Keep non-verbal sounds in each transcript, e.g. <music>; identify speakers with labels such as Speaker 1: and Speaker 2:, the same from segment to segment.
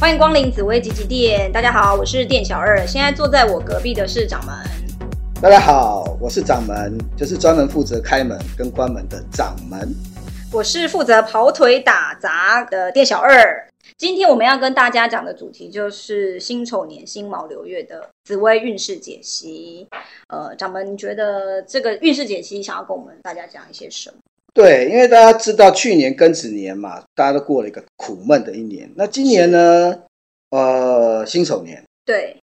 Speaker 1: 欢迎光临紫薇吉吉店，大家好，我是店小二，现在坐在我隔壁的是掌门。
Speaker 2: 大家好，我是掌门，就是专门负责开门跟关门的掌门。
Speaker 1: 我是负责跑腿打杂的店小二。今天我们要跟大家讲的主题就是辛丑年辛卯流月的紫微运势解析。呃，掌门，你觉得这个运势解析想要跟我们大家讲一些什么？
Speaker 2: 对，因为大家知道去年庚子年嘛，大家都过了一个苦闷的一年。那今年呢？呃，辛丑年。
Speaker 1: 对，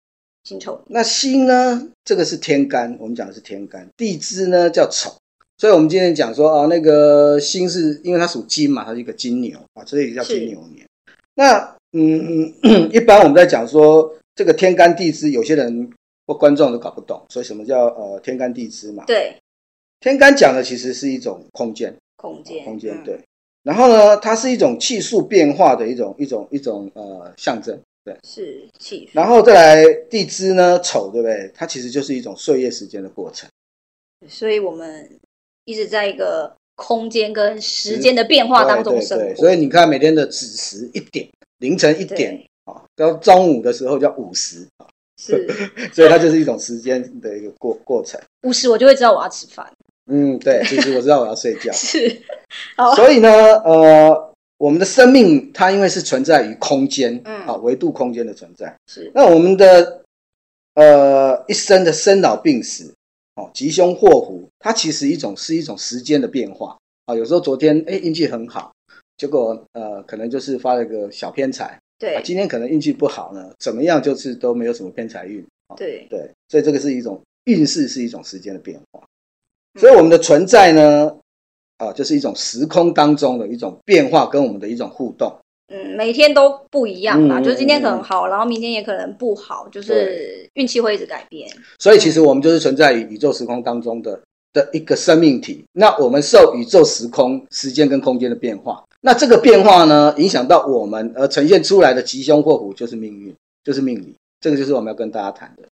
Speaker 1: 辛丑年
Speaker 2: 那辛呢？这个是天干，我们讲的是天干。地支呢叫丑，所以我们今天讲说啊，那个辛是因为它属金嘛，它是一个金牛啊，所以叫金牛年。那嗯，嗯一般我们在讲说这个天干地支，有些人或观众都搞不懂，所以什么叫呃天干地支嘛？
Speaker 1: 对
Speaker 2: 天干讲的其实是一种空间，
Speaker 1: 空间
Speaker 2: 哦空间
Speaker 1: 嗯
Speaker 2: 对。然后呢，它是一种气数变化的一种一种一种呃象征。
Speaker 1: 是气
Speaker 2: 然后再来地支呢，丑对不对？它其实就是一种岁月时间的过程。
Speaker 1: 所以我们一直在一个空间跟时间的变化当中
Speaker 2: 对
Speaker 1: 生活。
Speaker 2: 对对，所以你看每天的子时一点，凌晨一点
Speaker 1: 对
Speaker 2: 啊，到中午的时候叫午时，
Speaker 1: 是
Speaker 2: 所以它就是一种时间的一个过过程。
Speaker 1: 五十，我就会知道我要吃饭。，
Speaker 2: 嗯，对，其实我知道我要睡
Speaker 1: <laughs>
Speaker 2: 觉
Speaker 1: 是，好，
Speaker 2: 所以呢，呃，我们的生命它因为是存在于空间，
Speaker 1: 嗯
Speaker 2: 啊，维度空间的存在。
Speaker 1: 是
Speaker 2: 那我们的呃一生的生老病死，哦，吉凶祸福，它其实一种是一种时间的变化啊、有时候昨天哎运气很好，结果呃可能就是发了个小偏财、啊，
Speaker 1: 对
Speaker 2: 今天可能运气不好呢，怎么样就是都没有什么偏财运，
Speaker 1: 对
Speaker 2: 对，所以这个是一种运势是一种时间的变化，所以我们的存在呢。啊，就是一种时空当中的一种变化，跟我们的一种互动。
Speaker 1: 嗯，每天都不一样啦，
Speaker 2: 嗯
Speaker 1: 就是今天可
Speaker 2: 嗯
Speaker 1: 能
Speaker 2: 嗯
Speaker 1: 好，然后明天也可能不好，就是运气会一直改变。
Speaker 2: 所以其实我们就是存在于宇宙时空当中的的一个生命体。那我们受宇宙时空、时间跟空间的变化，那这个变化呢，影响到我们而呈现出来的吉凶祸福就是命运，就是命理。这个就是我们要跟大家谈的。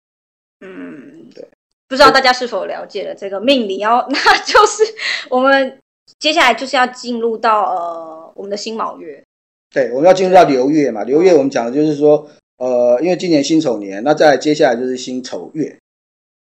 Speaker 1: 嗯，
Speaker 2: 对。
Speaker 1: 不知道大家是否了解了这个命理哦？ <laughs> 那就是我们接下来就是要进入到呃我们的新卯月，
Speaker 2: 对，我们要进入到流月嘛，流月我们讲的就是说，呃，因为今年辛丑年，那再来接下来就是辛丑月。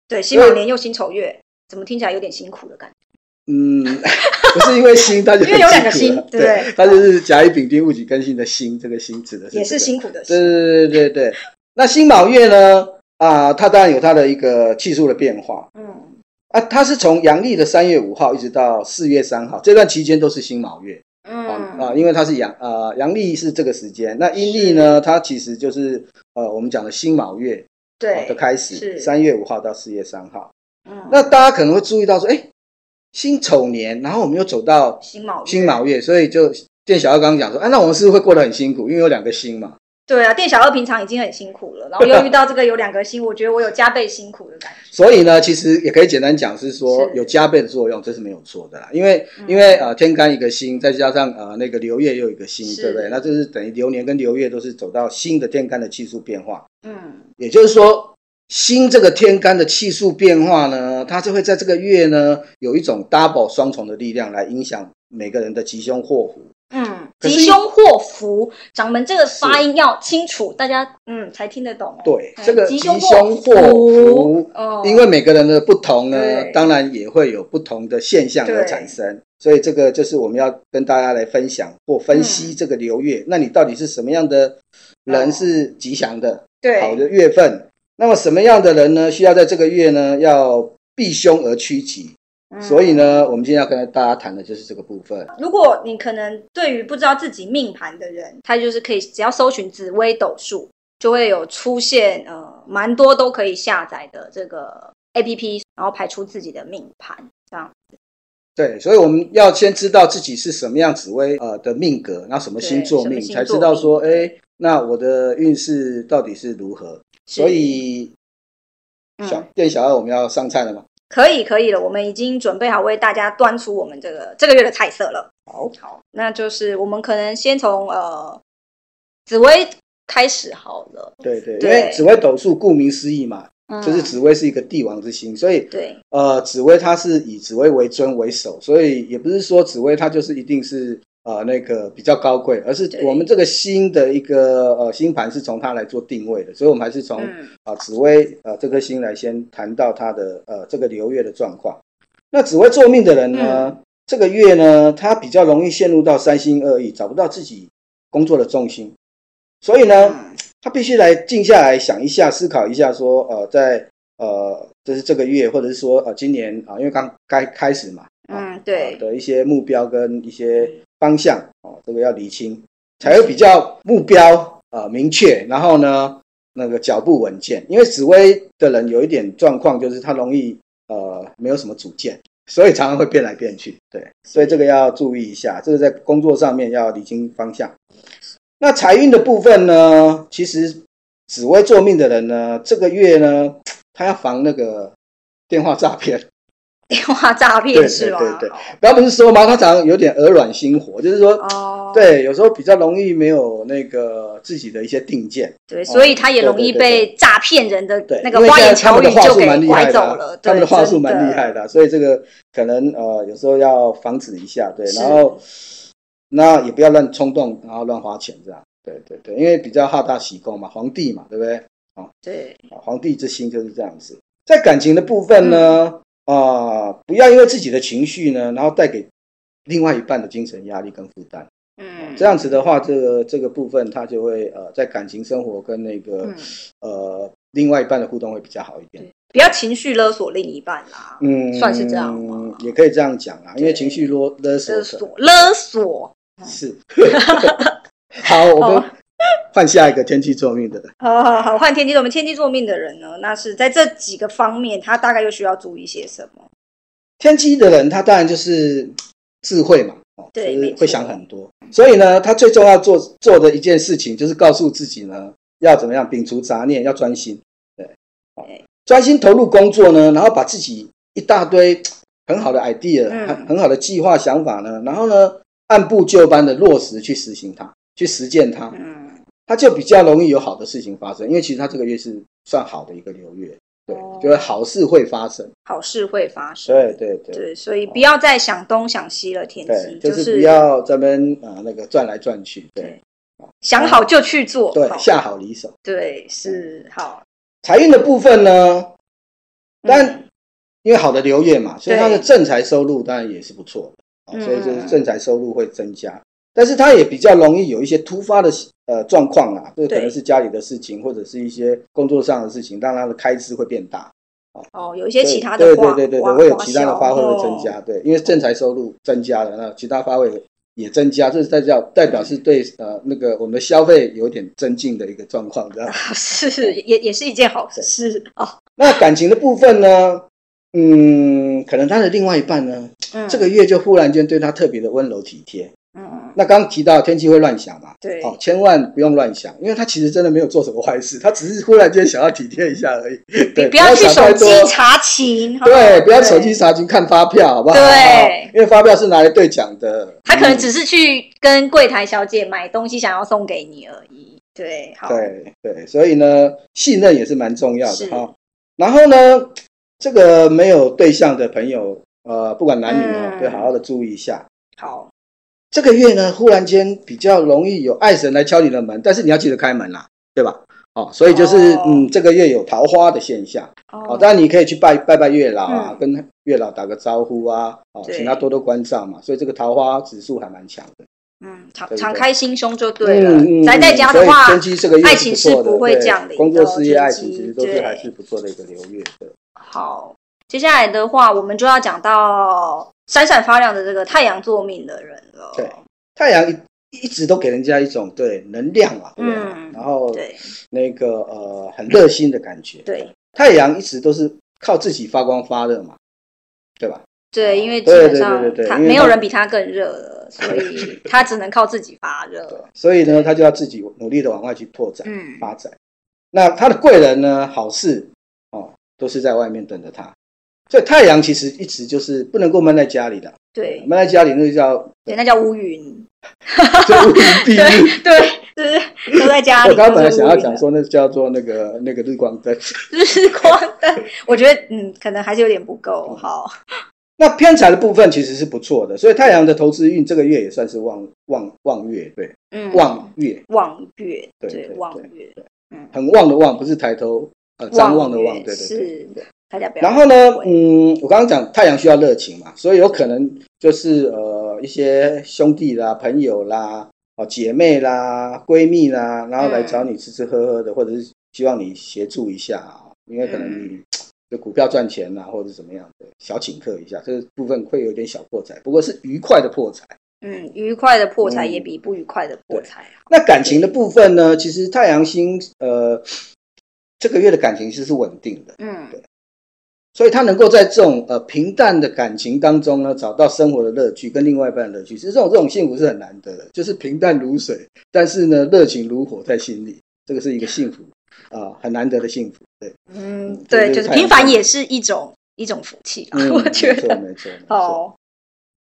Speaker 1: 对，辛卯年又辛丑月，怎么听起来有点辛苦的感觉？
Speaker 2: 嗯， <laughs> 不是因为辛，它就
Speaker 1: 因为有两个
Speaker 2: 辛苦了
Speaker 1: 辛对不对
Speaker 2: 它就是甲乙丙丁戊己庚辛的辛，这个辛指的是、这个、
Speaker 1: 也是辛苦的
Speaker 2: 对
Speaker 1: 事。
Speaker 2: 对对对对。那辛卯月呢？啊，它当然有它的一个气数的变化
Speaker 1: 嗯
Speaker 2: 啊，它是从阳历的三月五号一直到四月三号这段期间都是辛卯月啊
Speaker 1: 嗯
Speaker 2: 啊，因为它是阳啊阳历是这个时间，那阴历呢，它其实就是呃我们讲的辛卯月啊
Speaker 1: 对
Speaker 2: 的开
Speaker 1: 是
Speaker 2: 始，三月五号到四月三号。
Speaker 1: 嗯，
Speaker 2: 那大家可能会注意到说，哎，辛丑年，然后我们又走到
Speaker 1: 辛卯月
Speaker 2: 辛卯月，所以就店小二刚刚讲说，啊，那我们是不是会过得很辛苦？因为有两个辛嘛。
Speaker 1: 对啊，店小二平常已经很辛苦了，然后又遇到这个有两个辛，我觉得我有加倍辛苦的感觉。
Speaker 2: 所以呢，其实也可以简单讲是说
Speaker 1: 是
Speaker 2: 有加倍的作用，这是没有错的啦。因为、
Speaker 1: 嗯
Speaker 2: 因为呃天干一个星，再加上呃那个流月又有一个星，
Speaker 1: 是
Speaker 2: 对不对？那就是等于流年跟流月都是走到新的天干的气数变化，
Speaker 1: 嗯，
Speaker 2: 也就是说。新这个天干的气数变化呢，它就会在这个月呢有一种 double 双重的力量来影响每个人的吉凶祸福。
Speaker 1: 嗯，
Speaker 2: 可
Speaker 1: 吉
Speaker 2: 是
Speaker 1: 凶祸福，掌门这个发音要清楚，大家嗯才听得懂哦。
Speaker 2: 对，
Speaker 1: 嗯
Speaker 2: 这个
Speaker 1: 吉
Speaker 2: 吉
Speaker 1: 凶
Speaker 2: 凶
Speaker 1: 祸
Speaker 2: 祸
Speaker 1: 福
Speaker 2: 福，
Speaker 1: 哦
Speaker 2: 因为每个人的不同呢
Speaker 1: 对，
Speaker 2: 当然也会有不同的现象而产生。所以这个就是我们要跟大家来分享或分析这个流月，那你到底是什么样的
Speaker 1: 嗯哦
Speaker 2: 人是吉祥的、好
Speaker 1: 对
Speaker 2: 的月份？那么什么样的人呢，需要在这个月呢要避凶而趋吉？
Speaker 1: 嗯
Speaker 2: 所以呢，我们今天要跟大家谈的就是这个部分。
Speaker 1: 如果你可能对于不知道自己命盘的人，他就是可以只要搜寻紫微斗数，就会有出现呃蛮多都可以下载的这个 A P P，然后排出自己的命盘。
Speaker 2: 对，所以我们要先知道自己是什么样紫微呃的命格，然后什么
Speaker 1: 对
Speaker 2: 星座
Speaker 1: 什么
Speaker 2: 命，
Speaker 1: 星
Speaker 2: 才
Speaker 1: 座
Speaker 2: 知道
Speaker 1: 命
Speaker 2: 说，哎，那我的运势到底是如何。所以
Speaker 1: 是
Speaker 2: 小
Speaker 1: 嗯
Speaker 2: 店小二，我们要上菜了吗？
Speaker 1: 可以，可以了，我们已经准备好为大家端出我们这个这个月的菜色了。
Speaker 2: 好，
Speaker 1: 好，那就是我们可能先从呃紫薇开始好了，
Speaker 2: 对对，因
Speaker 1: 对
Speaker 2: 为紫微斗数顾名思义嘛，
Speaker 1: 嗯
Speaker 2: 就是紫微是一个帝王之星，所以
Speaker 1: 对
Speaker 2: 呃，紫微它是以紫微为尊为首，所以也不是说紫微它就是一定是呃那个比较高贵，而是
Speaker 1: 对
Speaker 2: 我们这个星的一个呃星盘是从它来做定位的，所以我们还是从
Speaker 1: 嗯，
Speaker 2: 啊，紫薇呃这颗星来先谈到它的呃这个流月的状况。那紫薇坐命的人呢，这个月呢，他比较容易陷入到三心二意，找不到自己工作的重心，所以呢，
Speaker 1: 嗯
Speaker 2: 他必须来静下来想一下，思考一下说，呃，在呃就是这个月，或者是说呃今年啊、因为刚该开始嘛，啊、
Speaker 1: 嗯，对
Speaker 2: 啊，的一些目标跟一些方向哦，这个要厘清，才会比较目标呃明确，然后呢那个脚步稳健。因为紫薇的人有一点状况，就是他容易呃没有什么主见，所以常常会变来变去。对，所以这个要注意一下，这个在工作上面要厘清方向。那财运的部分呢，其实紫薇做命的人呢，这个月呢，他要防那个电话诈骗。
Speaker 1: 电 <laughs> 话诈
Speaker 2: 对
Speaker 1: 骗是吗？
Speaker 2: 对对对，不要不是说嘛，他常常有点耳软心火，就是说，
Speaker 1: 哦，
Speaker 2: 对，有时候比较容易没有那个自己的一些定见，
Speaker 1: 对，所以他也容易
Speaker 2: 对哦对对
Speaker 1: 被诈骗人的
Speaker 2: 对，
Speaker 1: 那个
Speaker 2: 因为
Speaker 1: 花
Speaker 2: 现在
Speaker 1: 言
Speaker 2: 他
Speaker 1: 巧
Speaker 2: 们
Speaker 1: 语
Speaker 2: 的话
Speaker 1: 就
Speaker 2: 术
Speaker 1: 给
Speaker 2: 蛮厉害
Speaker 1: 拐
Speaker 2: 的
Speaker 1: 走
Speaker 2: 啊
Speaker 1: 了，，
Speaker 2: 他们
Speaker 1: 对
Speaker 2: 的话术
Speaker 1: 真
Speaker 2: 蛮厉害的啊，所以这个可能呃有时候要防止一下，对，
Speaker 1: 是
Speaker 2: 然后那也不要乱冲动，然后乱花钱这样，对对对，因为比较好大喜功嘛，皇帝嘛，对不对？
Speaker 1: 对，
Speaker 2: 啊，皇帝之心就是这样子。在感情的部分呢，啊、
Speaker 1: 嗯
Speaker 2: 不要因为自己的情绪呢，然后带给另外一半的精神压力跟负担。
Speaker 1: 嗯，
Speaker 2: 这样子的话，这个这个部分他就会呃，在感情生活跟那个、
Speaker 1: 嗯
Speaker 2: 呃另外一半的互动会比较好一点。
Speaker 1: 不要情绪勒索另一半啦，
Speaker 2: 嗯，
Speaker 1: 算是这样吗
Speaker 2: 也可以这样讲啊，因为
Speaker 1: 对
Speaker 2: 情绪勒勒索
Speaker 1: 勒
Speaker 2: 可
Speaker 1: 索嗯勒索。
Speaker 2: 是。 <laughs> 好，我
Speaker 1: 啊
Speaker 2: 们换下一个天气座命的人。
Speaker 1: 好好好，换天机座，我们天机座命的人呢，那是在这几个方面，他大概又需要注意些什么？
Speaker 2: 天机的人，他当然就是智慧嘛，哦
Speaker 1: 对
Speaker 2: 就是
Speaker 1: 没错
Speaker 2: 会想很多。所以呢，他最重要做做的一件事情，就是告诉自己呢，要怎么样摒除杂念，要专心，对，哦
Speaker 1: 对
Speaker 2: 专心投入工作呢，然后把自己一大堆很好的 idea、
Speaker 1: 嗯
Speaker 2: 很很好的计划想法呢，然后呢，按部就班的落实去实行它，去实践它，
Speaker 1: 嗯，
Speaker 2: 他就比较容易有好的事情发生。因为其实他这个月是算好的一个流月，对，
Speaker 1: 哦
Speaker 2: 就是好事会发生，
Speaker 1: 好事会发生。
Speaker 2: 对对对。
Speaker 1: 对，所以不要再想东想西了，天
Speaker 2: 对，
Speaker 1: 机
Speaker 2: 就是不要咱们呃那个转来转去，对
Speaker 1: 想好就去做。
Speaker 2: 对嗯
Speaker 1: 好，
Speaker 2: 下好离手。
Speaker 1: 对是好，
Speaker 2: 财运的部分呢，但
Speaker 1: 嗯
Speaker 2: 因为好的流月嘛，所以
Speaker 1: 对
Speaker 2: 它的正财收入当然也是不错的，啊
Speaker 1: 嗯
Speaker 2: 所以就是正财收入会增加，但是它也比较容易有一些突发的呃状况啊，这可能
Speaker 1: 对
Speaker 2: 是家里的事情或者是一些工作上的事情，让它的开支会变大。
Speaker 1: 哦，有一些其他的
Speaker 2: 对
Speaker 1: 花
Speaker 2: 对对对对，
Speaker 1: 花
Speaker 2: 会有其他的
Speaker 1: 花
Speaker 2: 发
Speaker 1: 销
Speaker 2: 挥会增加，对，因为正财收入增加了，那其他发挥也增加，这是代表代表是对呃那个我们的消费有点增进的一个状况，这样。
Speaker 1: 哦 <laughs> 是也也是一件好事哦。
Speaker 2: 那感情的部分呢，嗯，可能他的另外一半呢，
Speaker 1: 嗯，
Speaker 2: 这个月就忽然间对他特别的温柔体贴。
Speaker 1: 嗯
Speaker 2: 那刚刚提到天气会乱想嘛，
Speaker 1: 对
Speaker 2: 哦，千万不用乱想，因为他其实真的没有做什么坏事，他只是忽然间想要体贴一下而已。对，
Speaker 1: 你不要去
Speaker 2: 想
Speaker 1: 手
Speaker 2: 太
Speaker 1: 机
Speaker 2: 多。
Speaker 1: 查勤，好好
Speaker 2: <laughs> 对，不要手机，查询看发票，好不好？
Speaker 1: 哦
Speaker 2: 哦
Speaker 1: 对
Speaker 2: 因为发票是拿来兑奖的。
Speaker 1: 他可能
Speaker 2: 嗯
Speaker 1: 只是去跟柜台小姐买东西，想要送给你而已。对，好，
Speaker 2: 对对，所以呢，信任也是蛮重要的
Speaker 1: 是
Speaker 2: 哈、然后呢，这个没有对象的朋友，呃，不管男女哦，
Speaker 1: 嗯
Speaker 2: 要、好好的注意一下。
Speaker 1: 好，
Speaker 2: 这个月呢，忽然间比较容易有爱神来敲你的门，但是你要记得开门啦，对吧？哦，所以就是、
Speaker 1: 哦
Speaker 2: 嗯，这个月有桃花的现象。哦，
Speaker 1: 哦
Speaker 2: 当然你可以去拜拜拜月老啊，
Speaker 1: 嗯
Speaker 2: 跟月老打个招呼啊，哦，
Speaker 1: 对
Speaker 2: 请他多多关照嘛。所以这个桃花指数还蛮强的。
Speaker 1: 嗯，
Speaker 2: 对
Speaker 1: 敞
Speaker 2: 对
Speaker 1: 敞开心胸就对了。
Speaker 2: 嗯嗯
Speaker 1: 宅在家
Speaker 2: 所
Speaker 1: 的
Speaker 2: 以
Speaker 1: 话
Speaker 2: 天，机这个月
Speaker 1: 爱
Speaker 2: 是
Speaker 1: 情
Speaker 2: 不
Speaker 1: 是
Speaker 2: 错的
Speaker 1: 不会
Speaker 2: 对
Speaker 1: 降临
Speaker 2: 工作、
Speaker 1: 的
Speaker 2: 事业、
Speaker 1: 天
Speaker 2: 爱
Speaker 1: 机
Speaker 2: 情其实都是
Speaker 1: 对
Speaker 2: 还是不错的一个流月的。
Speaker 1: 好，接下来的话，我们就要讲到闪闪发亮的这个太阳座命的人了。
Speaker 2: 对太阳一一直都给人家一种对能量嘛，对不对？
Speaker 1: 嗯
Speaker 2: 然后
Speaker 1: 对
Speaker 2: 那个呃很热心的感觉。
Speaker 1: 对
Speaker 2: 太阳一直都是靠自己发光发热嘛，对吧？
Speaker 1: 对，因为基
Speaker 2: 哦对
Speaker 1: 本上
Speaker 2: 对对对对
Speaker 1: 他
Speaker 2: 因为
Speaker 1: 没有
Speaker 2: 他
Speaker 1: 人比他更热了，所以他只能靠自己发热。
Speaker 2: <laughs> 所以呢，他就要自己努力的往外去拓展、
Speaker 1: 嗯，
Speaker 2: 发展。那他的贵人呢，好事哦，都是在外面等着他。所以太阳其实一直就是不能够闷在家里的，
Speaker 1: 对
Speaker 2: 闷在家里那就叫
Speaker 1: 对，那叫乌
Speaker 2: <laughs>
Speaker 1: 云。
Speaker 2: 就乌云蔽日。
Speaker 1: <laughs> 对，就是都在家里。
Speaker 2: 我刚刚本来
Speaker 1: 就是
Speaker 2: 想
Speaker 1: 乌
Speaker 2: 要
Speaker 1: 云
Speaker 2: 讲
Speaker 1: 了
Speaker 2: 说，那叫做那个那个日光灯。
Speaker 1: <laughs> 日光灯，我觉得嗯，可能还是有点不够好。
Speaker 2: 那偏财的部分其实是不错的，所以太阳的投资运这个月也算是望望望月，对，
Speaker 1: 嗯，
Speaker 2: 望月，
Speaker 1: 望月，
Speaker 2: 对对
Speaker 1: 对，
Speaker 2: 对
Speaker 1: 望月，嗯，
Speaker 2: 很望的望，不是抬头呃张望的望，
Speaker 1: 月
Speaker 2: 对对对。
Speaker 1: 是，大家不要。
Speaker 2: 然后呢，嗯，我刚刚讲太阳需要热情嘛，所以有可能就是呃一些兄弟啦、朋友啦、哦姐妹啦、闺蜜啦，然后来找你吃吃喝喝的，或者是希望你协助一下啊，因为可能你就股票赚钱啦，或者是怎么样的，小请客一下，这个部分会有点小破财，不过是愉快的破财。
Speaker 1: 嗯，愉快的破财也
Speaker 2: 嗯
Speaker 1: 比不愉快的破财啊好。
Speaker 2: 那感情的部分呢，其实太阳星呃这个月的感情是是稳定的。
Speaker 1: 嗯，
Speaker 2: 所以他能够在这种呃平淡的感情当中呢，找到生活的乐趣跟另外一半的乐趣。其实这种这种幸福是很难得的，就是平淡如水，但是呢热情如火在心里，这个是一个幸福啊、很难得的幸
Speaker 1: <laughs>
Speaker 2: 福。对，
Speaker 1: 嗯，
Speaker 2: 这
Speaker 1: 对，
Speaker 2: 个
Speaker 1: 就是
Speaker 2: 太阳
Speaker 1: 平凡也是一种一种福气啦，
Speaker 2: 嗯
Speaker 1: <laughs> 我觉得。
Speaker 2: 没错没错。没错，
Speaker 1: 好，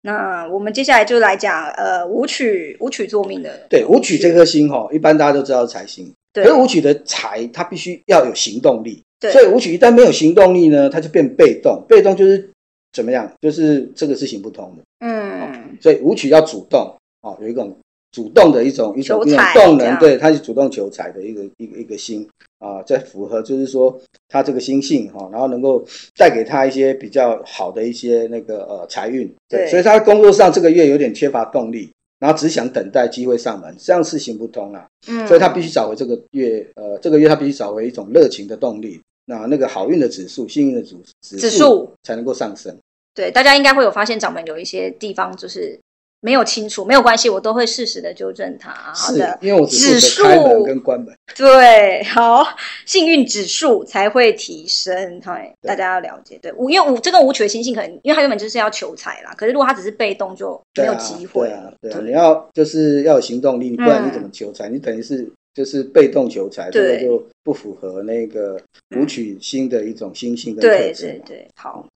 Speaker 1: 那我们接下来就来讲呃舞曲舞曲作命的，
Speaker 2: 对武曲这颗星哈，一般大家都知道是财星，可
Speaker 1: 对
Speaker 2: 是武曲的财它必须要有行动力，
Speaker 1: 对
Speaker 2: 所以武曲一旦没有行动力呢，它就变被动，被动就是怎么样，就是这个是行不通的。
Speaker 1: 嗯
Speaker 2: 所以舞曲要主动哦，有一种主动的一种一种
Speaker 1: 求
Speaker 2: 一种
Speaker 1: 财
Speaker 2: 动
Speaker 1: 这
Speaker 2: 能，
Speaker 1: 样
Speaker 2: 对，他是主动求财的一个一个一个心啊，在符合就是说他这个心性哈、然后能够带给他一些比较好的一些那个呃财运，
Speaker 1: 对
Speaker 2: 所以他工作上这个月有点缺乏动力。然后只想等待机会上门，这样是行不通啦、
Speaker 1: 嗯，
Speaker 2: 所以他必须找回这个月，呃，这个月他必须找回一种热情的动力，那那个好运的指数、幸运的指指
Speaker 1: 指数
Speaker 2: 才能够上升。
Speaker 1: 对大家应该会有发现，掌门有一些地方就是没有清楚，没有关系，我都会适时的纠正它。好
Speaker 2: 是
Speaker 1: 的，
Speaker 2: 因为我只
Speaker 1: 指数
Speaker 2: 负责开门跟关门。
Speaker 1: <laughs> 对，好，幸运指数才会提升，嗨，
Speaker 2: 对
Speaker 1: 大家要了解。对，五因为五这个舞曲的心性可能，因为他原本就是要求财啦，可是如果他只是被动，就没
Speaker 2: 对
Speaker 1: 有
Speaker 2: 啊，
Speaker 1: 机会
Speaker 2: 对啊，对啊，
Speaker 1: 对
Speaker 2: 你要就是要有行动力，你不然
Speaker 1: 嗯
Speaker 2: 你怎么求财？你等于是就是被动求财，这
Speaker 1: 对
Speaker 2: 个就不符合那个
Speaker 1: 嗯
Speaker 2: 武曲星的一种心性跟啊特
Speaker 1: 对
Speaker 2: 质
Speaker 1: 对
Speaker 2: 嘛。
Speaker 1: 对，好，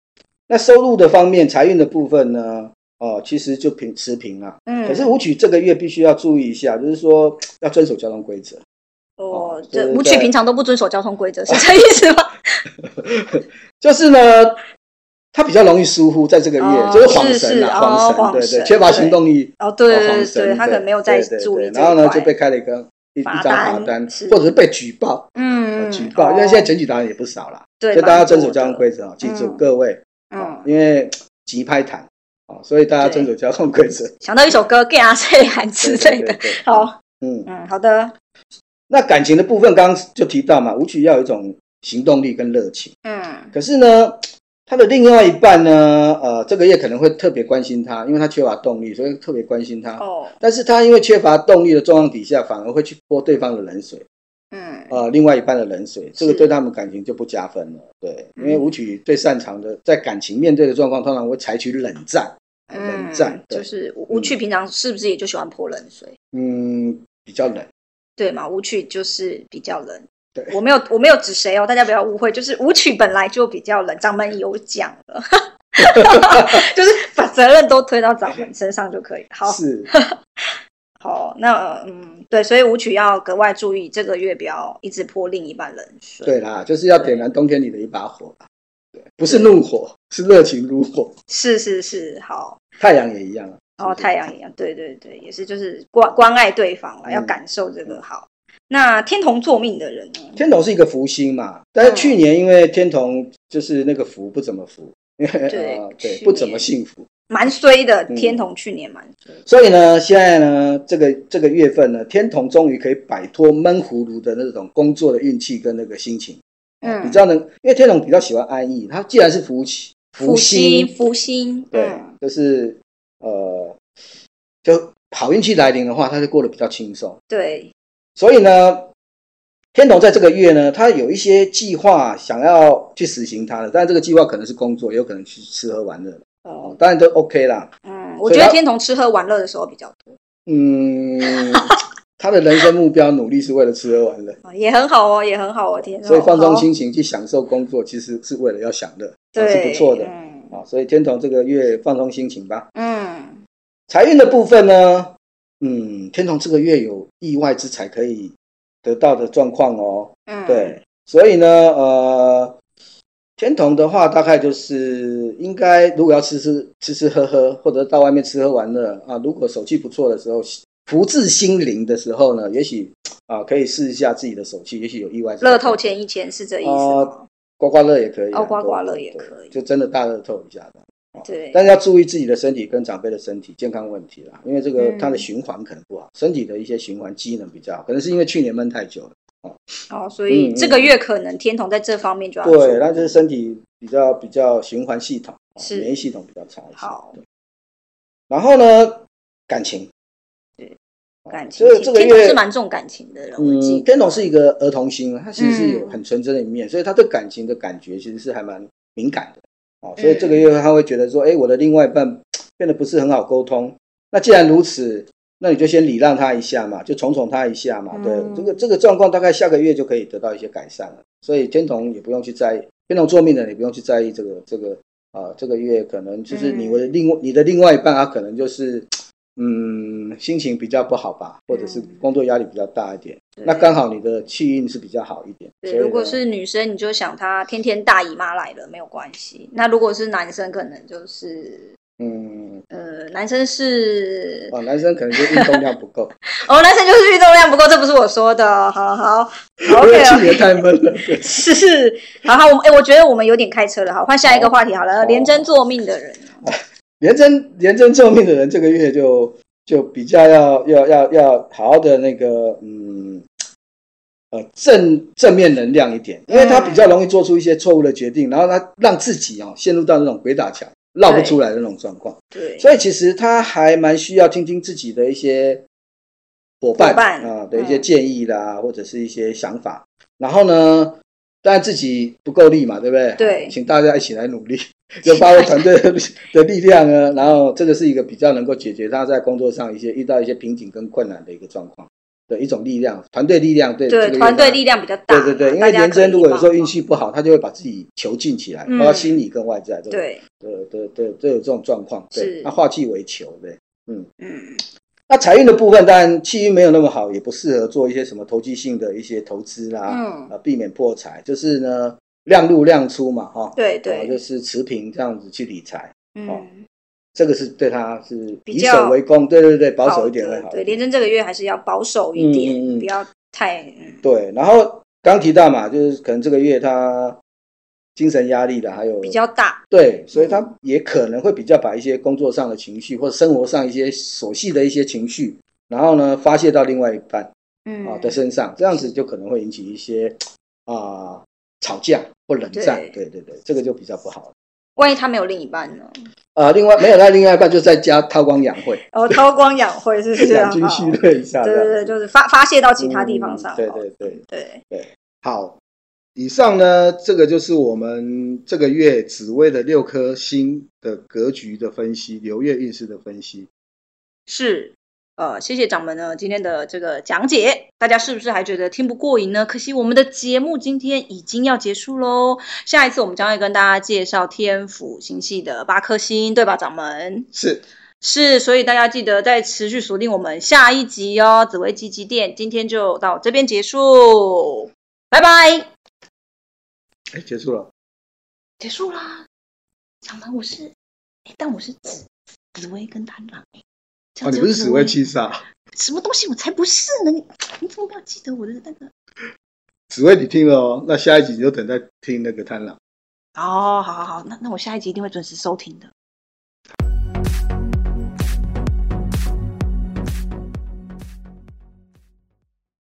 Speaker 2: 那收入的方面，财运的部分呢？哦，其实就平持平啊。
Speaker 1: 嗯，
Speaker 2: 可是武曲这个月必须要注意一下，就是说要遵守交通规则。
Speaker 1: 哦
Speaker 2: 哦，
Speaker 1: 这
Speaker 2: 就是
Speaker 1: 舞
Speaker 2: 在哦
Speaker 1: 曲平常都不遵守交通规则，是这意思吗？
Speaker 2: 就是呢，他比较容易疏忽，在这个月、
Speaker 1: 哦
Speaker 2: 就是晃神
Speaker 1: 是
Speaker 2: 啊，
Speaker 1: 哦
Speaker 2: 晃神，
Speaker 1: 晃
Speaker 2: 对对，
Speaker 1: 神
Speaker 2: 缺乏
Speaker 1: 对
Speaker 2: 行动力，
Speaker 1: 哦，对
Speaker 2: 哦
Speaker 1: 对
Speaker 2: 黄
Speaker 1: 对，
Speaker 2: 神
Speaker 1: 他可能没有在
Speaker 2: 对对
Speaker 1: 注意
Speaker 2: 对
Speaker 1: 这
Speaker 2: 然后呢
Speaker 1: 一块
Speaker 2: 就被开了一个一一张
Speaker 1: 罚
Speaker 2: 罚
Speaker 1: 单
Speaker 2: 单，
Speaker 1: 是
Speaker 2: 或者是被举报，呃
Speaker 1: 嗯
Speaker 2: 举报，因为现在检举达人也不少啦，
Speaker 1: 对，
Speaker 2: 所以大家
Speaker 1: 蛮多
Speaker 2: 遵守交通
Speaker 1: 的
Speaker 2: 规则啊，记住
Speaker 1: 嗯
Speaker 2: 各位啊，
Speaker 1: 嗯，
Speaker 2: 因为急拍谈啊，所以大家
Speaker 1: 对
Speaker 2: 遵守交通规则
Speaker 1: 想到一首歌《Get 啊 a s a <laughs> 之类，
Speaker 2: 对
Speaker 1: 的。
Speaker 2: 对对
Speaker 1: 好，
Speaker 2: 嗯，
Speaker 1: 嗯，好的，
Speaker 2: 那感情的部分刚刚就提到嘛，舞曲要有一种行动力跟热情，
Speaker 1: 嗯
Speaker 2: 可是呢。他的另外一半呢，呃，这个月可能会特别关心他，因为他缺乏动力，所以特别关心他。
Speaker 1: 哦，
Speaker 2: 但是他因为缺乏动力的状况底下，反而会去泼对方的冷水，
Speaker 1: 嗯
Speaker 2: 呃，另外一半的冷水，这个
Speaker 1: 是
Speaker 2: 对他们感情就不加分了。对，因为
Speaker 1: 嗯
Speaker 2: 舞曲最擅长的，在感情面对的状况，通常会采取冷战，呃冷战
Speaker 1: 嗯，，
Speaker 2: 对，
Speaker 1: 就是舞舞曲平常是不是也就喜欢泼冷水？
Speaker 2: 嗯，比较冷，
Speaker 1: 对嘛，舞曲就是比较冷。
Speaker 2: 对
Speaker 1: 我没有，我没有指谁哦，大家不要误会，就是舞曲本来就比较冷，掌门有讲
Speaker 2: <laughs>
Speaker 1: 了，就是把责任都推到掌门身上就可以了。好，
Speaker 2: 是，
Speaker 1: 好，那呃嗯，对，所以舞曲要格外注意，这个月不要一直泼另一半冷水。
Speaker 2: 对啦，就是要点燃冬天里的一把火吧，对，不是怒火，是热情如火，
Speaker 1: 是是是，好，
Speaker 2: 太阳也一样啊，
Speaker 1: 然后
Speaker 2: 是不是
Speaker 1: 哦太阳一样，对对对，也是就是关关爱对方啊了，要
Speaker 2: 嗯
Speaker 1: 感受这个好。那天同作命的人呢？
Speaker 2: 天童是一个福星嘛，
Speaker 1: 嗯
Speaker 2: 但是去年因为天童就是那个福不怎么福， <laughs> 因为
Speaker 1: 对
Speaker 2: 呃对
Speaker 1: 去
Speaker 2: 不怎么
Speaker 1: 年
Speaker 2: 幸福，
Speaker 1: 蛮衰的，
Speaker 2: 嗯
Speaker 1: 天同去年蛮衰的，
Speaker 2: 所以呢，现在呢，这个这个月份呢，天童终于可以摆脱闷葫芦的那种工作的运气跟那个心情，
Speaker 1: 嗯，
Speaker 2: 呃比较能，因为天童比较喜欢安逸，他既然是福气，
Speaker 1: 福星，
Speaker 2: 星，
Speaker 1: 福星，
Speaker 2: 对
Speaker 1: 嗯，
Speaker 2: 就是呃，就好运气来临的话，他就过得比较轻松。
Speaker 1: 对，
Speaker 2: 所以呢，天童在这个月呢，他有一些计划想要去实行他的，但这个计划可能是工作，也有可能去吃喝玩乐，哦
Speaker 1: 哦，，
Speaker 2: 当然都 OK 啦。
Speaker 1: 嗯，我
Speaker 2: 所以
Speaker 1: 觉得
Speaker 2: 他
Speaker 1: 天同吃喝玩乐的时候比较多， <laughs>
Speaker 2: 嗯，他的人生目标努力是为了吃喝玩乐，
Speaker 1: 哦也很好哦，也很好哦，天同，
Speaker 2: 所以放松
Speaker 1: 好，
Speaker 2: 心情去享受工作，其实是为了要享乐，啊是
Speaker 1: 对，
Speaker 2: 不错的
Speaker 1: 嗯
Speaker 2: 啊。所以天童这个月放松心情吧。
Speaker 1: 嗯，
Speaker 2: 财运的部分呢，嗯，天童这个月有意外之财可以得到的状况哦。
Speaker 1: 嗯，
Speaker 2: 对，所以呢，呃，甜筒的话，大概就是应该如果要吃吃吃吃喝喝，或者到外面吃喝玩乐啊，如果手气不错的时候，福至心灵的时候呢，也许啊可以试一下自己的手气，也许有意外之
Speaker 1: 乐
Speaker 2: 外。
Speaker 1: 透前一千是这意思
Speaker 2: 啊
Speaker 1: 吗？
Speaker 2: 刮刮乐也可以啊、
Speaker 1: 哦刮刮
Speaker 2: 对
Speaker 1: 乐也
Speaker 2: 对
Speaker 1: 可以
Speaker 2: 就真的大乐透一下的。
Speaker 1: 对，
Speaker 2: 但是要注意自己的身体跟长辈的身体健康问题啦，因为这个
Speaker 1: 嗯
Speaker 2: 它的循环可能不好，身体的一些循环机能比较好，可能是因为去年闷太久了，
Speaker 1: 哦，所以
Speaker 2: 嗯
Speaker 1: 这个月可能天童在这方面就要注
Speaker 2: 对，
Speaker 1: 意
Speaker 2: 那就是身体比较比较循环系统，哦
Speaker 1: 是
Speaker 2: 免疫系统比较差一些。
Speaker 1: 好
Speaker 2: 对，然后呢，感情，对
Speaker 1: 感情
Speaker 2: 这个，这个
Speaker 1: 天童
Speaker 2: 月
Speaker 1: 是蛮重感情的人，我记
Speaker 2: 嗯，
Speaker 1: 得
Speaker 2: 天龙是一个儿童心，他其实是有
Speaker 1: 嗯
Speaker 2: 很纯真的一面，所以他对感情的感觉其实是还蛮敏感的哦。
Speaker 1: 嗯
Speaker 2: 所以这个月他会觉得说，哎、我的另外一半变得不是很好沟通。那既然如此，那你就先礼让他一下嘛，就宠宠他一下嘛。对，
Speaker 1: 嗯
Speaker 2: 这个这个状况大概下个月就可以得到一些改善了。所以天
Speaker 1: 嗯
Speaker 2: 童也不用去在意，天童做命的人也不用去在意这个这个啊、这个月可能就是你
Speaker 1: 嗯
Speaker 2: 的另外、你的另外一半啊，可能就是。嗯，心情比较不好吧，或者是
Speaker 1: 嗯
Speaker 2: 工作压力比较大一点，
Speaker 1: 对
Speaker 2: 那刚好你的气运是比较好一点。
Speaker 1: 对，
Speaker 2: 所以呢
Speaker 1: 如果是女生，你就想她天天大姨妈来了没有关系。那如果是男生，可能就是
Speaker 2: 嗯，
Speaker 1: 呃，男生是
Speaker 2: 哦，男生可能就运动量不够，
Speaker 1: 哦，男生就是运动量不够，这不是我说的。哦好好
Speaker 2: <laughs>
Speaker 1: 好
Speaker 2: 因为
Speaker 1: ，OK
Speaker 2: 去
Speaker 1: <laughs> 哦，
Speaker 2: 年太闷了。
Speaker 1: <laughs>
Speaker 2: 对
Speaker 1: 是好好，我们哎、我觉得我们有点开车了，好，换下一个话题好了。
Speaker 2: 哦
Speaker 1: 连真做命的人，
Speaker 2: <laughs>
Speaker 1: 哦
Speaker 2: 连真连真救命的人，这个月就就比较要要要要好好的那个嗯呃正正面能量一点，因为他比较容易做出一些错误的决定，然后他让自己哦陷入到那种鬼打墙绕不出来的那种状况。
Speaker 1: 对，
Speaker 2: 所以其实他还蛮需要听听自己的一些伙伴
Speaker 1: 伙伴
Speaker 2: 啊、的一些
Speaker 1: 嗯
Speaker 2: 建议啦，或者是一些想法。然后呢，当然自己不够力嘛，对不对？
Speaker 1: 对
Speaker 2: 请大家一起来努
Speaker 1: <laughs>
Speaker 2: 力，就发挥团队 <laughs> 的的力量呢。然后这个是一个比较能够解决他在工作上一些遇到一些瓶颈跟困难的一个状况的一种力量，团队力量对这
Speaker 1: 对
Speaker 2: 个月
Speaker 1: 团队
Speaker 2: 呢
Speaker 1: 力量比较大
Speaker 2: 对
Speaker 1: 嘛，
Speaker 2: 对对，因
Speaker 1: 大
Speaker 2: 为
Speaker 1: 家
Speaker 2: 连
Speaker 1: 可
Speaker 2: 真
Speaker 1: 以
Speaker 2: 如果有时候
Speaker 1: 帮
Speaker 2: 运气不好，他就会把自己囚禁起来，
Speaker 1: 嗯
Speaker 2: 包括心理跟外在，对不
Speaker 1: 忙
Speaker 2: 对？
Speaker 1: 对，
Speaker 2: 对对对，都有这种状况。对
Speaker 1: 是，
Speaker 2: 那化气为球对。
Speaker 1: 嗯，
Speaker 2: 那财运的部分，当然气运没有那么好，也不适合做一些什么投机性的一些投资啦、
Speaker 1: 嗯
Speaker 2: 呃，避免破财，就是呢量入量出嘛，哈、
Speaker 1: 对
Speaker 2: 啊
Speaker 1: 对，
Speaker 2: 就是持平这样子去理财，哦
Speaker 1: 嗯，
Speaker 2: 这个是对他是
Speaker 1: 比
Speaker 2: 以
Speaker 1: 较
Speaker 2: 守为攻，对对对，保守一点
Speaker 1: 好
Speaker 2: 会
Speaker 1: 的
Speaker 2: 好一
Speaker 1: 对，连
Speaker 2: 点。
Speaker 1: 真这个月还是要保守一点，
Speaker 2: 嗯嗯嗯
Speaker 1: 不要太嗯
Speaker 2: 对，然后刚提到嘛，就是可能这个月他精神压力的，还有
Speaker 1: 比较大。
Speaker 2: 对，所以他也可能会比较把一些工作上的情绪或者生活上一些琐细的一些情绪，然后呢发泄到另外一半。
Speaker 1: 嗯，
Speaker 2: 啊的身上，这样子就可能会引起一些啊、吵架或冷战。对对对，这个就比较不好了。
Speaker 1: 万一他没有另一半呢？
Speaker 2: 啊，另外没有他另外一半就在家韬光养晦，
Speaker 1: 哦，韬光养晦 <laughs> 是不是？
Speaker 2: 养精蓄锐一下
Speaker 1: 好
Speaker 2: 这
Speaker 1: 对
Speaker 2: 样
Speaker 1: 对对，
Speaker 2: 子。
Speaker 1: 就是发发泄到其他地方上。
Speaker 2: 嗯对对对，
Speaker 1: 对，
Speaker 2: 好。以上呢，这个就是我们这个月紫薇的六颗星的格局的分析，流月运势的分析。
Speaker 1: 是。呃，谢谢掌门呢今天的这个讲解，大家是不是还觉得听不过瘾呢？可惜我们的节目今天已经要结束喽，下一次我们将会跟大家介绍天府星系的八颗星，对吧，掌门？
Speaker 2: 是，
Speaker 1: 是，所以大家记得再持续锁定我们下一集哦，紫薇鸡鸡店今天就到这边结束，拜拜，
Speaker 2: 哎，结束了。
Speaker 1: 结束啦。掌门，我是，诶但我是紫紫薇跟丹郎哎，这
Speaker 2: 哦，
Speaker 1: 样
Speaker 2: 你
Speaker 1: 叫
Speaker 2: 不是
Speaker 1: 紫
Speaker 2: 紫薇七煞，
Speaker 1: 什么东西？我才不是呢！你你怎么没有记得我的那个？
Speaker 2: 紫薇你听了哦，那下一集你就等待听那个贪婪。
Speaker 1: 哦，好好好，那那我下一集一定会准时收听的。